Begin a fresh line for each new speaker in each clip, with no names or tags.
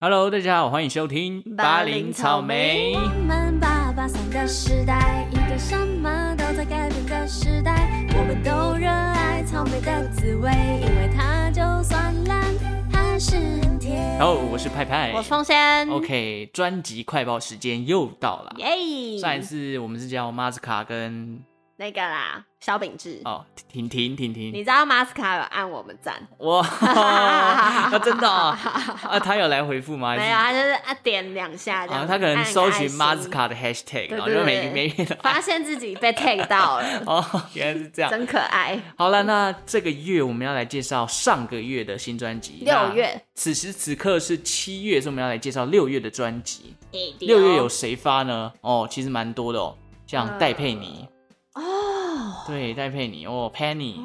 Hello，大家好，欢迎收听
巴林草莓
巴林草
我们八八三的时代，一个什么都在改变的时代，我们都热爱草莓的滋味，因为它就算烂，还是很甜。
然后哦我是派派，
我是风仙
OK，专辑快报时间又到了。
耶，
上一次我们是叫马斯卡跟
那个啦，小饼志，
哦婷婷婷
你
婷，
知道马斯卡有按我们赞，
哇，啊真的啊，啊他有来回复吗？还是
没有，他就是啊点两下这样，
啊，他可能
按个
搜
爱
寻
心
马斯，卡的 Hashtag，
对
然后
对
就每
对
每天都，
发现自己被 tag 到 了
哦，原来是这样。
真可爱。
好了，那这个月我们要来介绍上个月的新专辑。
六月，
那此时此刻是七月，所以我们要来介绍六月的专辑。
一定
六月有
哦
谁发呢？哦，其实蛮多的哦，像
呃
戴佩妮，
哦，
对，戴佩妮哦，Penny，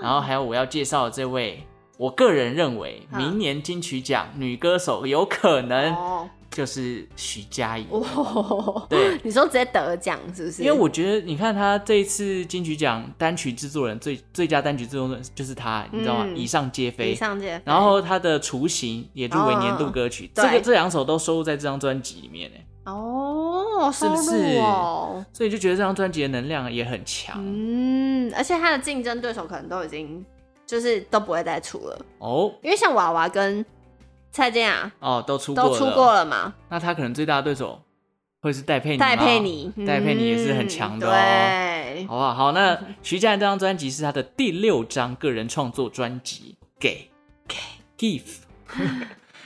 然后还有我要介绍的这位，我个人认为
嗯
明年金曲奖女歌手有可能
哦
就是徐佳莹。
哦，
对，
你说直接得奖是不是？
因为我觉得，你看她这一次金曲奖单曲制作人最最佳单曲制作人就是她，你知道吗？
嗯
以上皆非
以，上届，
然后他的《雏形》也入围年度歌曲，这
哦对
个这两首都收录在这张专辑里面呢，
哦，
是不是
收录哦？
所以就觉得这张专辑的能量也很强、
嗯，而且他的竞争对手可能都已经就是都不会再出了，
哦
因为像娃娃跟蔡健雅
哦，都出过了，
都出过了嘛，
那他可能最大的对手会是戴佩妮吗，
戴佩妮，
嗯戴佩妮也是很强的哦。
嗯对，
好不好？好，那徐佳莹这张专辑是她的第六张个人创作专辑，给给 give。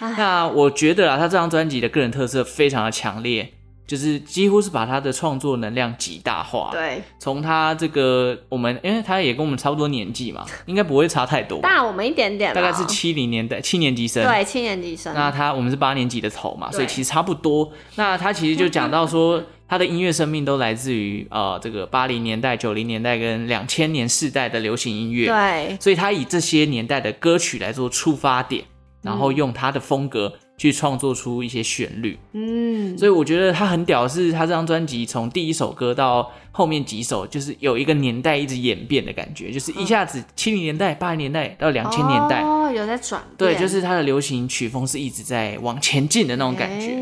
那 我觉得啊，她这张专辑的个人特色非常的强烈，就是几乎是把她的创作能量极大化。
对，
从他这个我们，因为他也跟我们差不多年纪嘛，应该不会差太多，大
大我们一点点啦，
概是七零年代七年级生。
对七年级生，
那他我们是八年级的头嘛，
对
所以其实差不多。那他其实就讲到说，他的音乐生命都来自于呃这个八零年代、九零年代跟两千年世代的流行音乐。
对，
所以他以这些年代的歌曲来做出发点，然后用他的风格去创作出一些旋律。
嗯，
所以我觉得他很屌，是他这张专辑从第一首歌到后面几首，就是有一个年代一直演变的感觉，就是一下子七零年代、八零年代到两千年代，
嗯哦，有在转变，
对，就是他的流行曲风是一直在往前进的那种感觉。
哎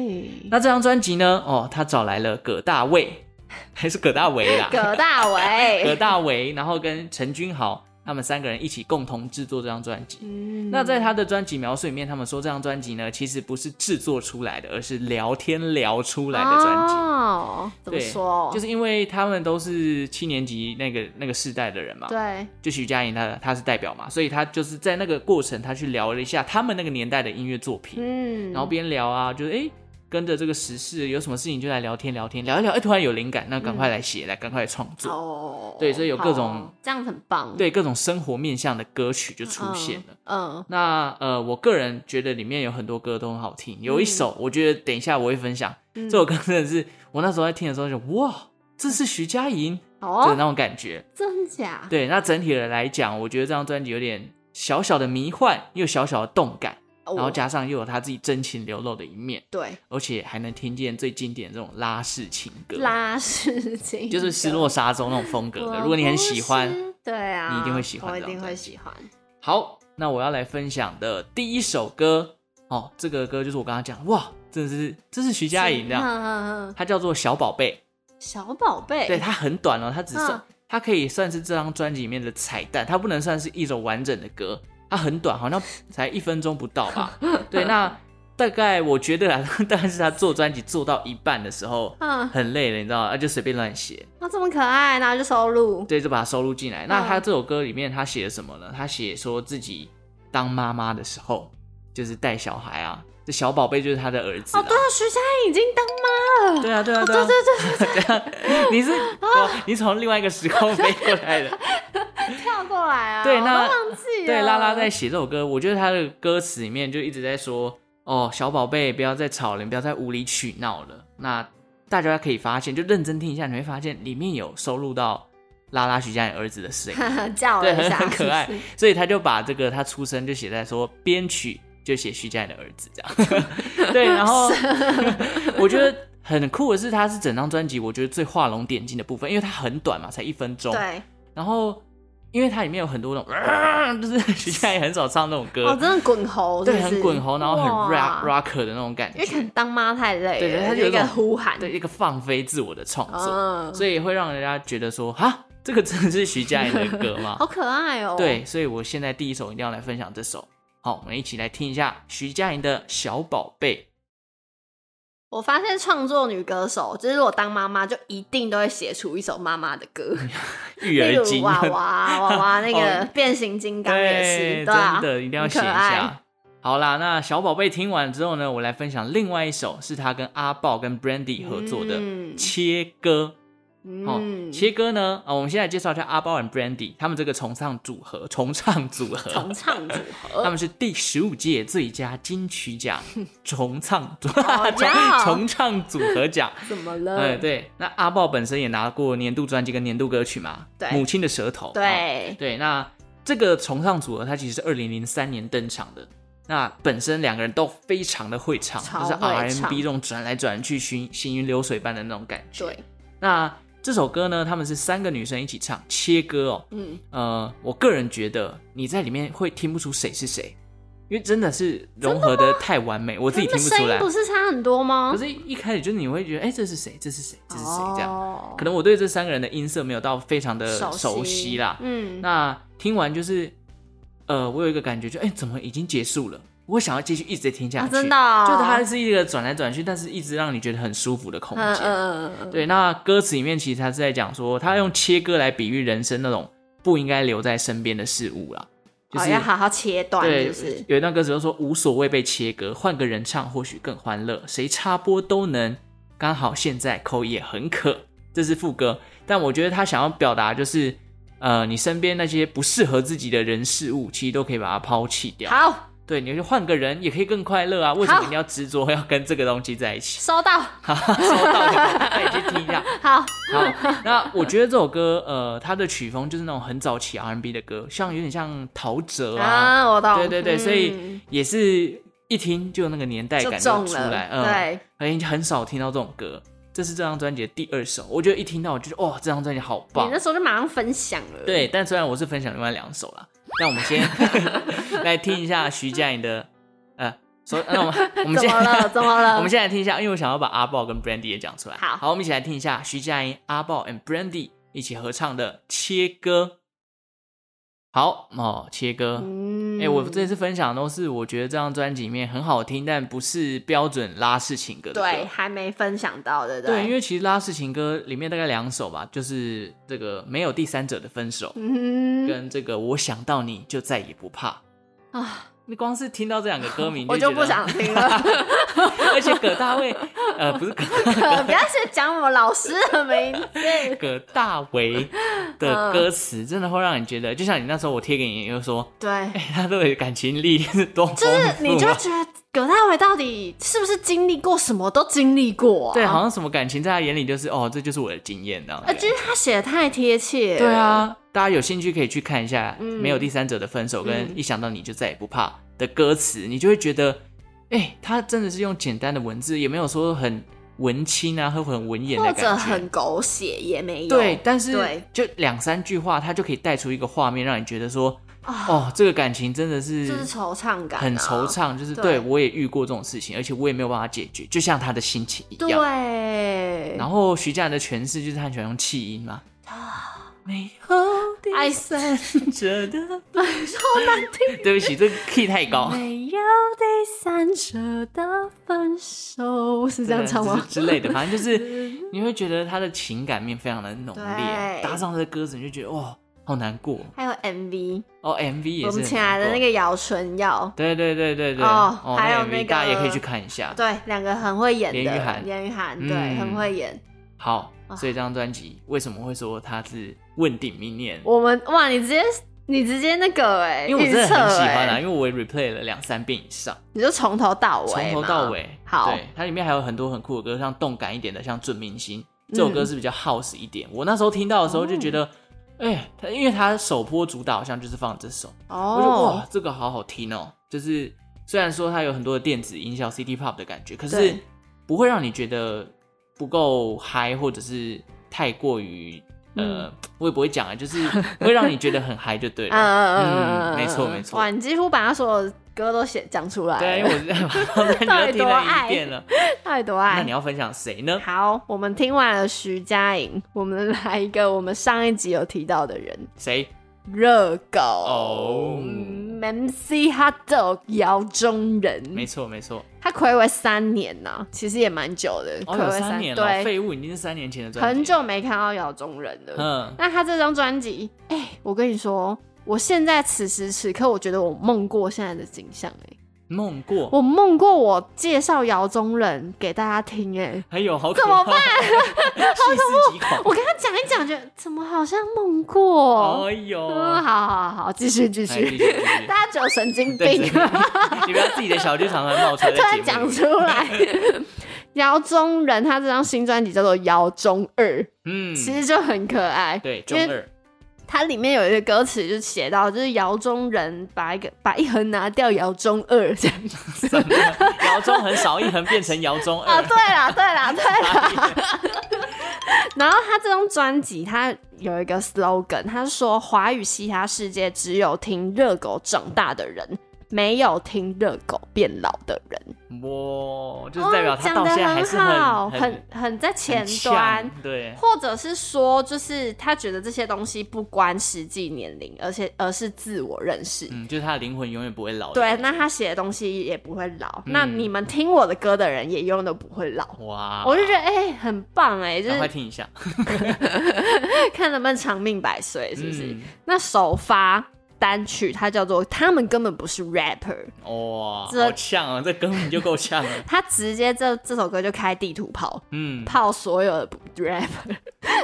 那这张专辑呢？哦，他找来了葛大卫， 还是葛大为啦，
葛 大
葛
为，
大为，然后跟陈君豪他们三个人一起共同制作这张专辑。
嗯
那在他的专辑描述里面，他们说这张专辑呢，其实不是制作出来的，而是聊天聊出来的专辑。
哦，怎么
对
说？
就是因为他们都是七年级那个那个世代的人嘛，
对，
就徐佳莹她她是代表嘛，所以她就是在那个过程，她去聊了一下他们那个年代的音乐作品，
嗯，
然后边聊啊，就是哎、诶跟着这个时事有什么事情就来聊天聊天聊一聊，哎、突然有灵感，那赶快
嗯
来写，来赶快来创作，
哦，
对所以有各种
好这样很棒，
对各种生活面向的歌曲就出现了。
嗯，
那呃，我个人觉得里面有很多歌都很好听，有一首我觉得等一下我会分享，
嗯，
这首歌真的是我那时候在听的时候就哇，这是徐佳莹的
哦，
那种感觉。
真假？
对，那整体的来讲，我觉得这张专辑有点小小的迷幻，又小小的动感，
哦，
然后加上又有他自己真情流露的一面，
对
而且还能听见最经典的这种拉式情歌，
拉事情，
就是失落沙洲那种风格
我
的。如果你很喜
不
欢，
是，对啊，
你一定会喜欢
我一
这张
定会
专辑
喜欢。
好，那我要来分享的第一首歌哦，这个歌就是我刚刚讲的，哇，真的是这是徐佳莹
嗯
的，
嗯嗯，嗯
它叫做《小宝贝
小宝》，贝，
对，它很短哦，它只算
嗯
它可以算是这张专辑里面的彩蛋，它不能算是一首完整的歌，它很短，好像才一分钟不到 吧。对，那大概我觉得啊， 但是他做专辑做到一半的时候，
嗯
很累了，你知道吗？他就随便乱写，
那这么可爱，然后就收录，
对，就把它收录进来。
嗯
那他这首歌里面他写了什么呢？他写说自己当妈妈的时候，就是带小孩啊，这小宝贝就是他的儿子
哦，
啦。
对啊，徐佳莹已经当妈了，
对啊，对啊，
哦，
对啊
对，对对，
你是哇你从另外一个时空飞过来
哎
的，
对跳过来啊，
对那
我忘记了
对，拉拉在写这首歌，我觉得他的歌词里面就一直在说，哦，小宝贝，不要再吵了，你不要再无理取闹了。那大家可以发现，就认真听一下，你会发现里面有收录到拉拉徐佳莹儿子的声音，
叫了
对，
一
很
下，
很可爱
是不是。
所以他就把这个他出生就写在说编曲就写徐佳莹的儿子这 样，对，然后我觉得。很酷的是，他是整张专辑我觉得最画龙点睛的部分，因为它很短嘛，才一分钟。
对，
然后因为它里面有很多那种， 呃就是徐佳莹很少唱那种歌，
哦，真的滚喉是不
对，
是，
很滚喉，然后很
哇
rock rocker 的那种感
因为可能
觉，
当妈太累了，
对对，它就
有一
种
个呼喊，
对，一个放飞自我的创作，
嗯，
所以会让人家觉得说，哈，这个真的是徐佳莹的歌 吗
好？可爱哦，
对，，所以我现在第一首一定要来分享这首。好，我们一起来听一下徐佳莹的《小宝贝
我发现创作女歌手，就是如果当妈妈，就一定都会写出一首妈妈的歌，
育
例
儿
如
经》
娃 娃娃娃那个
哦
变形金刚也
对，
是，对啊，
真的一定要
很
写
可
一
爱。
下。好啦，那小宝贝听完之后呢，我来分享另外一首是他跟阿豹跟 Brandy 合作的
嗯
《切歌》哦。
嗯，
切歌呢，啊，我们现在介绍一下阿豹 and Brandy 他们这个重唱组合， 重唱组合，
重唱组
他
合，
们是第十五届最佳金曲 奖重唱组
哦
重
呀
重唱组合奖。
怎么了？
哎，对，那阿豹本身也拿过年度专辑跟年度歌曲嘛，
对
母亲的舌头》哦
对
对，那这个重唱组合它其实是二零零三年登场的。那本身两个人都非常的会唱，
超
就是
会
RMB
唱
这种转来转去、行行云流水般的那种感觉。
对，
那这首歌呢，他们是三个女生一起唱切歌哦。
嗯，
呃，我个人觉得你在里面会听不出谁是谁，因为真的是融合的太完美，我自己
他
听
们
出
声
来
音。不是差很多吗
可？是，一开始就是你会觉得，哎、这是谁？这是谁？这是谁？这样，
哦
可能我对这三个人的音色没有到非常的熟悉啦。
嗯，
那听完就是，呃，我有一个感觉就，哎、怎么已经结束了？我想要继续一直听下去，
啊真的哦
就它是一个转来转去，但是一直让你觉得很舒服的空
嗯
间。
嗯嗯，
对，那歌词里面其实他是在讲说，他用切割来比喻人生那种不应该留在身边的事物啦，就
好
是、
哦要好好切断，
对，
就是
有一段歌词就说无所谓被切割，换个人唱或许更欢乐，谁插播都能，刚好现在口也很渴，这是副歌。但我觉得他想要表达就是，呃，你身边那些不适合自己的人事物，其实都可以把它抛弃掉。
好
对，你就换个人也可以更快乐啊，为什么
好
一定要执着要跟这个东西在一起？
收到，
哈哈，收到了，那你去听一 下。
好，
好，那我觉得这首歌，呃，它的曲风就是那种很早期 R&B 的歌，像有点像陶喆啊，
啊，我懂，
对对对，
嗯
所以也是一听就有那个年代
就
感
中
出
了
来，，嗯，
对，
很很少听到这种歌。这是这张专辑的第二首，我觉得一听到我就觉得哇，这张专辑好
你
棒
那。时候就马上分享了，
对，但虽然我是分享另外两首啦，但我们 先来听一下徐佳莹的，呃，所那我 们我们
怎
先
么了？怎么 了？
我们现在来听一下，因为我想要把阿豹跟 Brandy 也讲出来。
好
好，我们一起来听一下徐佳莹、阿豹 and Brandy 一起合唱的《切歌》。好哦，切歌。
嗯，
哎、我这次分享的都是我觉得这张专辑里面很好听，但不是标准拉式情歌的歌。
对还没分享到，对不
对，因
为
为其实拉式情歌里面大概两首吧，就是这个没有第三者的分手，
嗯
跟这个我想到你就再也不怕。
啊，
你光是听到这两个歌 名
我
就
就
觉
不
得
想听了，
而且葛大卫，呃，不是葛
可不要先讲我老师的名 字，
葛大为
嗯
的歌词，真的会让你觉得，就像你那时候我贴给你，就说，
对
哎、。他对感情力是多丰富
就
啊、
是你就觉得葛大为到底是不是经历过什么都经历过啊？
对，好像什么感情在他眼里就是，哦，这就是我的经验这样
呃，
子。
就是他写的太贴切。
对，啊，大家有兴趣可以去看一下《
嗯
没有第三者的分手》跟
嗯
《一想到你就再也不怕》的歌词，你就会觉得，哎、他真的是用简单的文字，也没有说很文青啊，或很文言
或
的
者
感觉。
很狗血也没有。
对，但是
对
就两三句话，它就可以带出一个画面，让你觉得说，
啊
哦，这个感情真的是
就是惆怅感
嗯
啊，
很惆怅，就是
对
对我也遇过这种事情，而且我也没有办法解决，就像他的心情一样。
对，
然后徐佳莹的诠释就是他很喜欢用气音嘛，
啊
没
爱三
有者的，
好难听。嗯
对不起，这个 key 太高，
没有第三者的分手是这样唱吗？嗯
之之类的，反正就是你会觉得他的情感面非常的浓烈，
对
搭上这个歌词，你就觉得哇，好难过
还有 MV，
哦。MV 也是
我
很
们请来的
难
那
过，
个姚纯耀，
对对对对对，
哦
哦，
还有
那 MV
那个
大家也可以去看一下，
对，两个很会演的，
连俞涵
连俞涵，
嗯
对，很会演。
好，
啊
所以这张专辑为什么会说它是问鼎明年？
我们哇，你直接你直接那个哎，
因为我真的
预测
很喜欢啊，
哎
因为我也 replay 了两三遍以上，
你就从头到尾嘛，
从头到尾。
好
对，它里面还有很多很酷的歌，像动感一点的，像《准明星》
嗯
这首歌是比较 house 一点。我那时候听到的时候就觉
哦
得，哎、它因为它首播主打好像就是放这首，我就
哦
哇，，这个好好听哦。就是虽然说它有很多的电子音效、City Pop 的感觉，可是
对
不会让你觉得不够嗨，或者是太过于呃，我也不会讲啊，就是 会让你觉得很嗨就对
嗯
了。
嗯
嗯没错没错
哇，你几乎把他所有歌都写讲出来了，
对啊，因为我我
到
在
底
你都听
多
了
爱
一遍了，
到底多
那
爱
你？要分享谁呢？
好，我们听完了徐佳莹，我们来一个我们上一集有提到的人，
谁？
热狗、
哦
嗯 MC Hot Dog 姚
没
中人，
错没错，
他暌违三年呢、其实也蛮久的，
哦，
暌
有
违
三年了，
对，
废物已经是三年前的专辑，
很。久没看到姚中人了。
嗯，
那他这张专辑，哎、我跟你说，我现在此时此刻，我觉得我梦过现在的景象、哎，
梦过，
我梦过我介绍姚中人给大家听、哎。
还有好
怎么办？啊
细思极恐。
我跟他讲一讲，觉得怎么好像梦过？
哎呦，
嗯，好好好，继续继
哎继续
续。
继续
大家只有神经
对对，
病
对 你不要自己的小剧场来冒出来在
突
节目
然
里。
讲出来。 姚中人他这张新专辑叫做《姚中二》，
嗯，
其实就很可爱。
对，中
因为
二，
它里面有一个歌词就写到，就是姚中人把一个把一横拿掉，姚中二这 样子。
什么 摇中很少一横变成摇中
啊，
二，
对啦，对啦，对啊啦。然后他这张专辑，他有一个 slogan，他是说华语嘻哈世界只有听热狗长大的人，没有听热狗变老的人。
哇，就是代表他
哦
到
讲得
现在还是
很好，
很
很很在前
很
端
呛，对，
或者是说，就是他觉得这些东西不关实际年龄，而且而是自我认识。
嗯，就是他的灵魂永远不会老。，
对，那他写的东西也不会老，
嗯
那你们听我的歌的人也永远都不会老。
哇，
我就觉得哎、很棒哎、就
赶快
是
听一下，
看能不能长命百岁，是不是？
嗯
那首发单曲它叫做《他们根本不是 rapper》，
哇，
这
好呛啊，这根本就够呛了。
他直接这这首歌就开地图炮，
嗯，
泡所有的 rapper，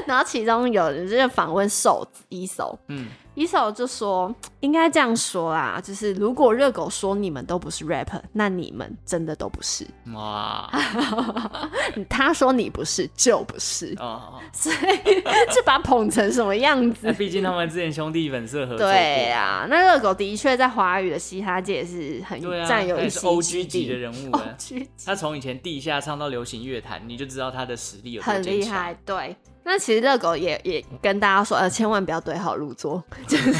然后其中有人就是访问瘦子一手，
嗯，
一手就说应该这样说啦，就是如果热狗说你们都不是 rapper，那你们真的都不是。
哇，
他说你不是就不是，
嗯哦，
所以 这把捧成什么样
那
子？
毕竟他们之前兄弟本色合作过
对啊，那热狗的确在华语的嘻哈界是很
对啊，
占有
他
一
也是
席
O
之
G 级的
地。哦
人物啊
OG 级
他从以前地下唱到流行乐坛，你就知道他的实力有多
很厉
坚强
害，。对。那其实热狗也也跟大家说，呃，千万不要对号入座，
没有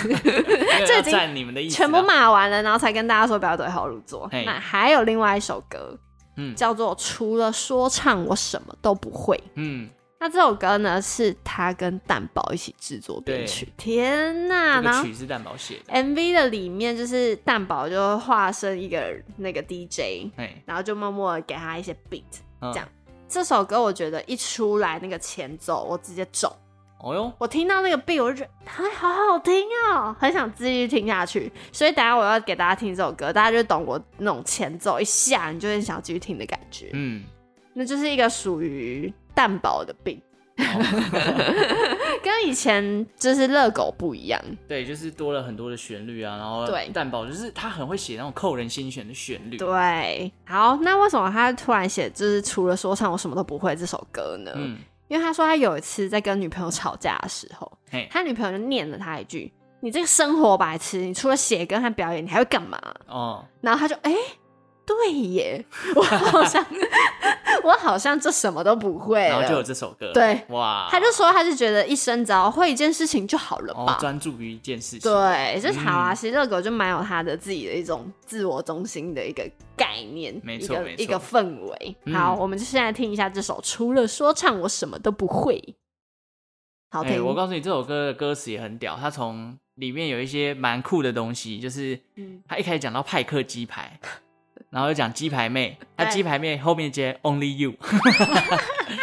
这
要
已经
占你们的意思啊，
全部骂完了，然后才跟大家说不要对号入座。
嘿
那还有另外一首歌，
嗯
叫做《除了说唱我什么都不会》。
嗯，
那这首歌呢，是他跟蛋宝一起制作编曲。天呐！
这
啊然
个
后
曲是蛋宝写的，
MV 的里面就是蛋宝就化身一个那个 DJ，
哎，
然后就默默地给他一些 beat。
嗯
这样这首歌我觉得一出来那个前奏，我直接走。
哦哟，
我听到那个 beat，我就觉得哎，好好听哦，很想继续听下去。所以等一下我要给大家听这首歌，大家就懂我那种前奏一下，你就会想继续听的感觉。
嗯，
那就是一个属于蛋堡的 beat，跟以前就是热狗不一样。
对，就是多了很多的旋律啊，然后
对
蛋宝就是他很会写那种扣人心弦的旋律，
对，好，那为什么他突然写就是除了说唱我什么都不会这首歌呢？
嗯，
因为他说他有一次在跟女朋友吵架的时候，
嘿，
他女朋友就念了他一句：“你这个生活白痴，你除了写歌和表演，你还会干嘛
哦，？”
然后他就哎、对耶，我好像 我好像这什么都不会
然后就有
了。
这首歌，
对
哇，
他就说他是觉得一生只要会一件事情就好了
哦
吧。
专注于一件事情，
对，就是好啊。
嗯
其实热狗就蛮有他的自己的一种自我中心的一个概念，
没
一
错
个
没错
一个氛围。
嗯
好，我们就现在听一下这首，除了说唱我什么都不会，好
哎、
听。
我告诉你，这首歌的歌词也很屌，它从里面有一些蛮酷的东西，就是
嗯
他一开始讲到派克鸡排，然后又讲鸡排妹，他
对
鸡排妹后面接 Only You，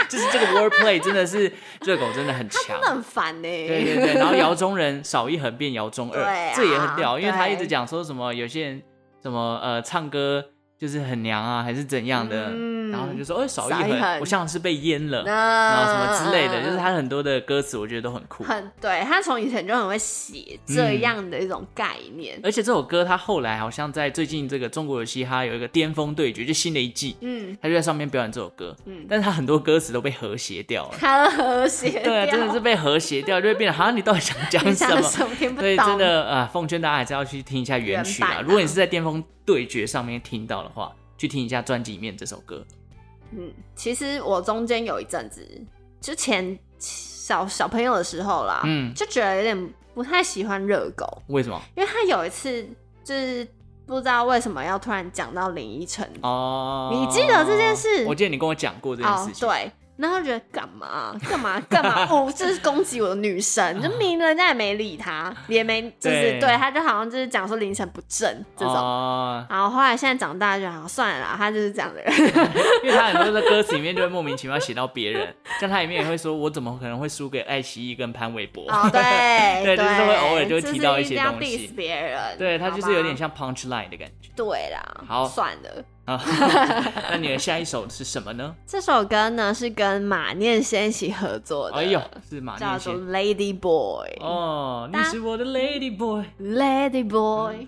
就是这个 wordplay 真的是热狗真的很强
真。的很烦呢、
对对对，然后姚中人少一横变姚中二，
对啊
这也很屌，因为他
对
一直讲说什么有些人什么呃唱歌就是很娘啊，还是怎样的，
嗯
然后他就说哎、少一
少一横
横，我像是被淹了，然后什
那
么之类的，
嗯
就是他很多的歌词我觉得都很酷，
很对他从以前就很会写
嗯
这样的一种概念。
而且这首歌它后来好像在最近这个中国有嘻哈有一个巅峰对决，就新的一季，
嗯，
他就在上面表演这首歌，
嗯
但是他很多歌词都被和谐掉 了，
他和谐调
对啊，真的是被和谐掉，就会变得好像你到底想讲
你想
什么？
什么听不
对，
懂，
真的啊、呃奉劝大家还是要去听一下原曲
原
啊。
版啊
如果你是在巅峰对决上面听到的话，去听一下专辑里面这首歌。
嗯，其实我中间有一阵子，之前小小朋友的时候啦，
嗯，
就觉得有点不太喜欢热狗，
为什么？
因为他有一次就是不知道为什么要突然讲到林依晨
哦，
你记得这件事
我记得你跟我讲过这件
哦
事，情。
对，然后觉得干嘛干嘛干嘛，哦，这是攻击我的女神，就明明人家也没理他，也没就是
对
对，他就好像就是讲说凌晨不正这种。
哦，
然后后来现在长大就好算了啦，他就是这样的人。
因为他很多在歌词里面就会莫名其妙写到别人，像他里面也会说，我怎么可能会输给爱奇艺跟潘玮柏？
哦，对
对就是会偶尔就会提到
一
一些
定要
东西
diss 别人，
对他就是有点
像。
像 punch line 的感觉
对啦，
好
算了。
啊。那你的下一首是什么呢？
这首歌呢是跟马念先一起合作的，
哎呦，是马
叫
念
做
先
Lady Boy。
哦，你
大
是我的 lady boy，
Lady Boy，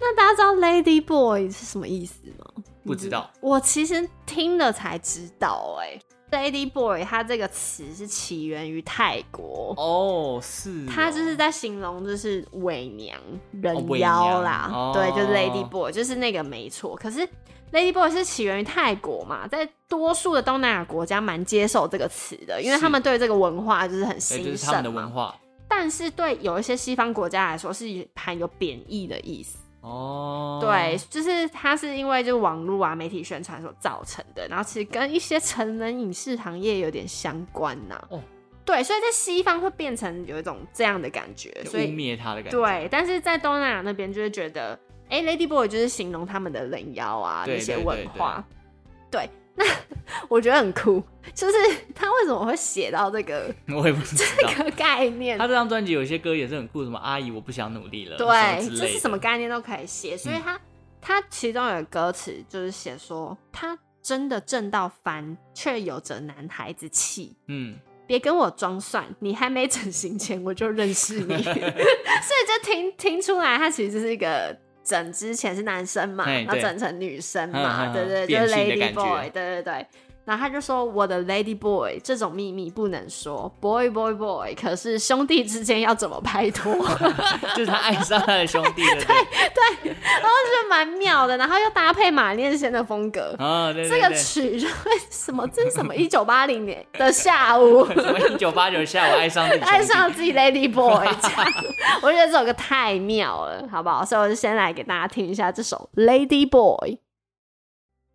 那大家知道 Lady Boy 是什么意思吗？
不知道
我其实听了才知道、哎，Lady Boy 它这个词是起源于泰国，
哦，是哦
它就是在形容就是伪娘、
哦
人
伪
妖
娘
啦，
哦
对，就是 Lady Boy，就是那个没错。可是 Lady Boy 是起源于泰国嘛，在多数的东南亚国家蛮接受这个词的，因为
是
他们对这个文化就是很
对，
兴
就是他们的
盛嘛。
文化
但是对有一些西方国家来说是含有贬义的意思，
哦，
对，，就是它是因为就网络啊媒体宣传所造成的，然后其实跟一些成人影视行业有点相关呐、
哦
对，所以在西方会变成有一种这样的感觉，
就
所
污
以
蔑他的感觉，
对，但是在东南亚那边就会觉得，哎、l a d y Boy 就是形容他们的人妖啊
对
那些
对
文化。对，那我觉得很酷，就是他为什么会写到这个
我也不知道。
这个概念
他？这张专辑有些歌也是很酷，什么阿姨我不想努力了，什么
对，
之
这
类
是
的嗯
什么概念都可以写，所以他、他其中有歌词就是写说，他真的正到烦，却有着男孩子气。
嗯，
别跟我装蒜，你还没整形前我就认识你，所 以就听听出来，他其实就是一个整之前是男生嘛，
哎
然后
对
整成女生
嗯
嘛，
嗯嗯
对对，就
变
是
性的
lady
感觉
boy，对对对。然后他就说：“我的 lady boy 这种秘密不能说，boy boy boy。可是兄弟之间要怎么拍拖？
就是他爱上他的兄弟了，对，
就蛮妙的。然后又搭配马念先的风格，
啊，对对
这个
对
曲就会什么？这是什么？一九八零年的下午，
什么一九八九下午爱上自己兄弟，
爱上自己 Lady Boy，这样我觉得这首歌太妙了，好不好？所以我就先来给大家听一下这首 Lady Boy，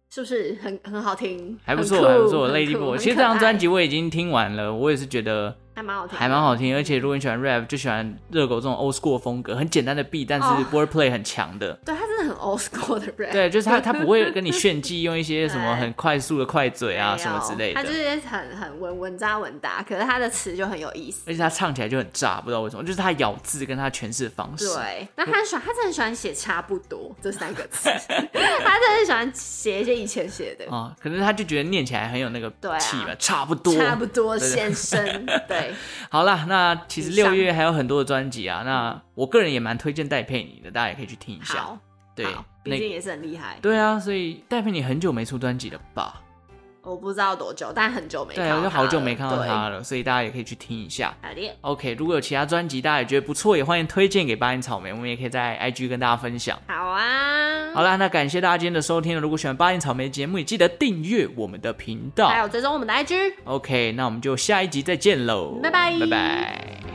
是不是很很好听？
还不
很
错，
酷
还不错
很
，Lady
酷
Boy。
很
其实
可
这张专
爱
辑我已经听完了，我也是觉得
还蛮好听，
还蛮。好听，而且如果你喜欢 rap，就喜欢热狗这种 old school 风格，很简单的 B，但是
哦
wordplay 很强的。
对他真的很 old school 的 rap，
对，就是他，他不会跟你炫技，用一些什 么
对
很快速的快嘴啊
没有
什么之类的
他就。是很很文文扎文达，可是他的词就很有意思。
而且他唱起来就很炸，不知道为什么，就是他咬字跟他诠释的方式。
对，那他很喜欢，他真的很喜欢写“差不多”这三个字，他真的很喜欢写一些以前写的，
啊、可能他就觉得念起来很有那个
对啊
气吧，差不多。
差不多
对对
先生，对，
好啦，那其实
以
六
上
月还有很多的专辑啊，那我个人也蛮推荐戴佩妮的，大家也可以去听一下
好。，
对
好，毕竟也是很厉害。
对啊，所以戴佩妮很久没出专辑了吧？
我不知道多久，但很久没看
对，
到
我就好久没看到她
了。
了，所以大家也可以去听一下。
对好的，
OK，如果有其他专辑大家也觉得不错，也欢迎推荐给八音草莓，我们也可以在 IG 跟大家分享。
好啊。
好啦，那感谢大家今天的收听。如果喜欢八音草莓的节目，也记得订阅我们的频道
还。有追踪我们的 IG。
OK，那我们就下一集再见喽，
拜拜
拜拜。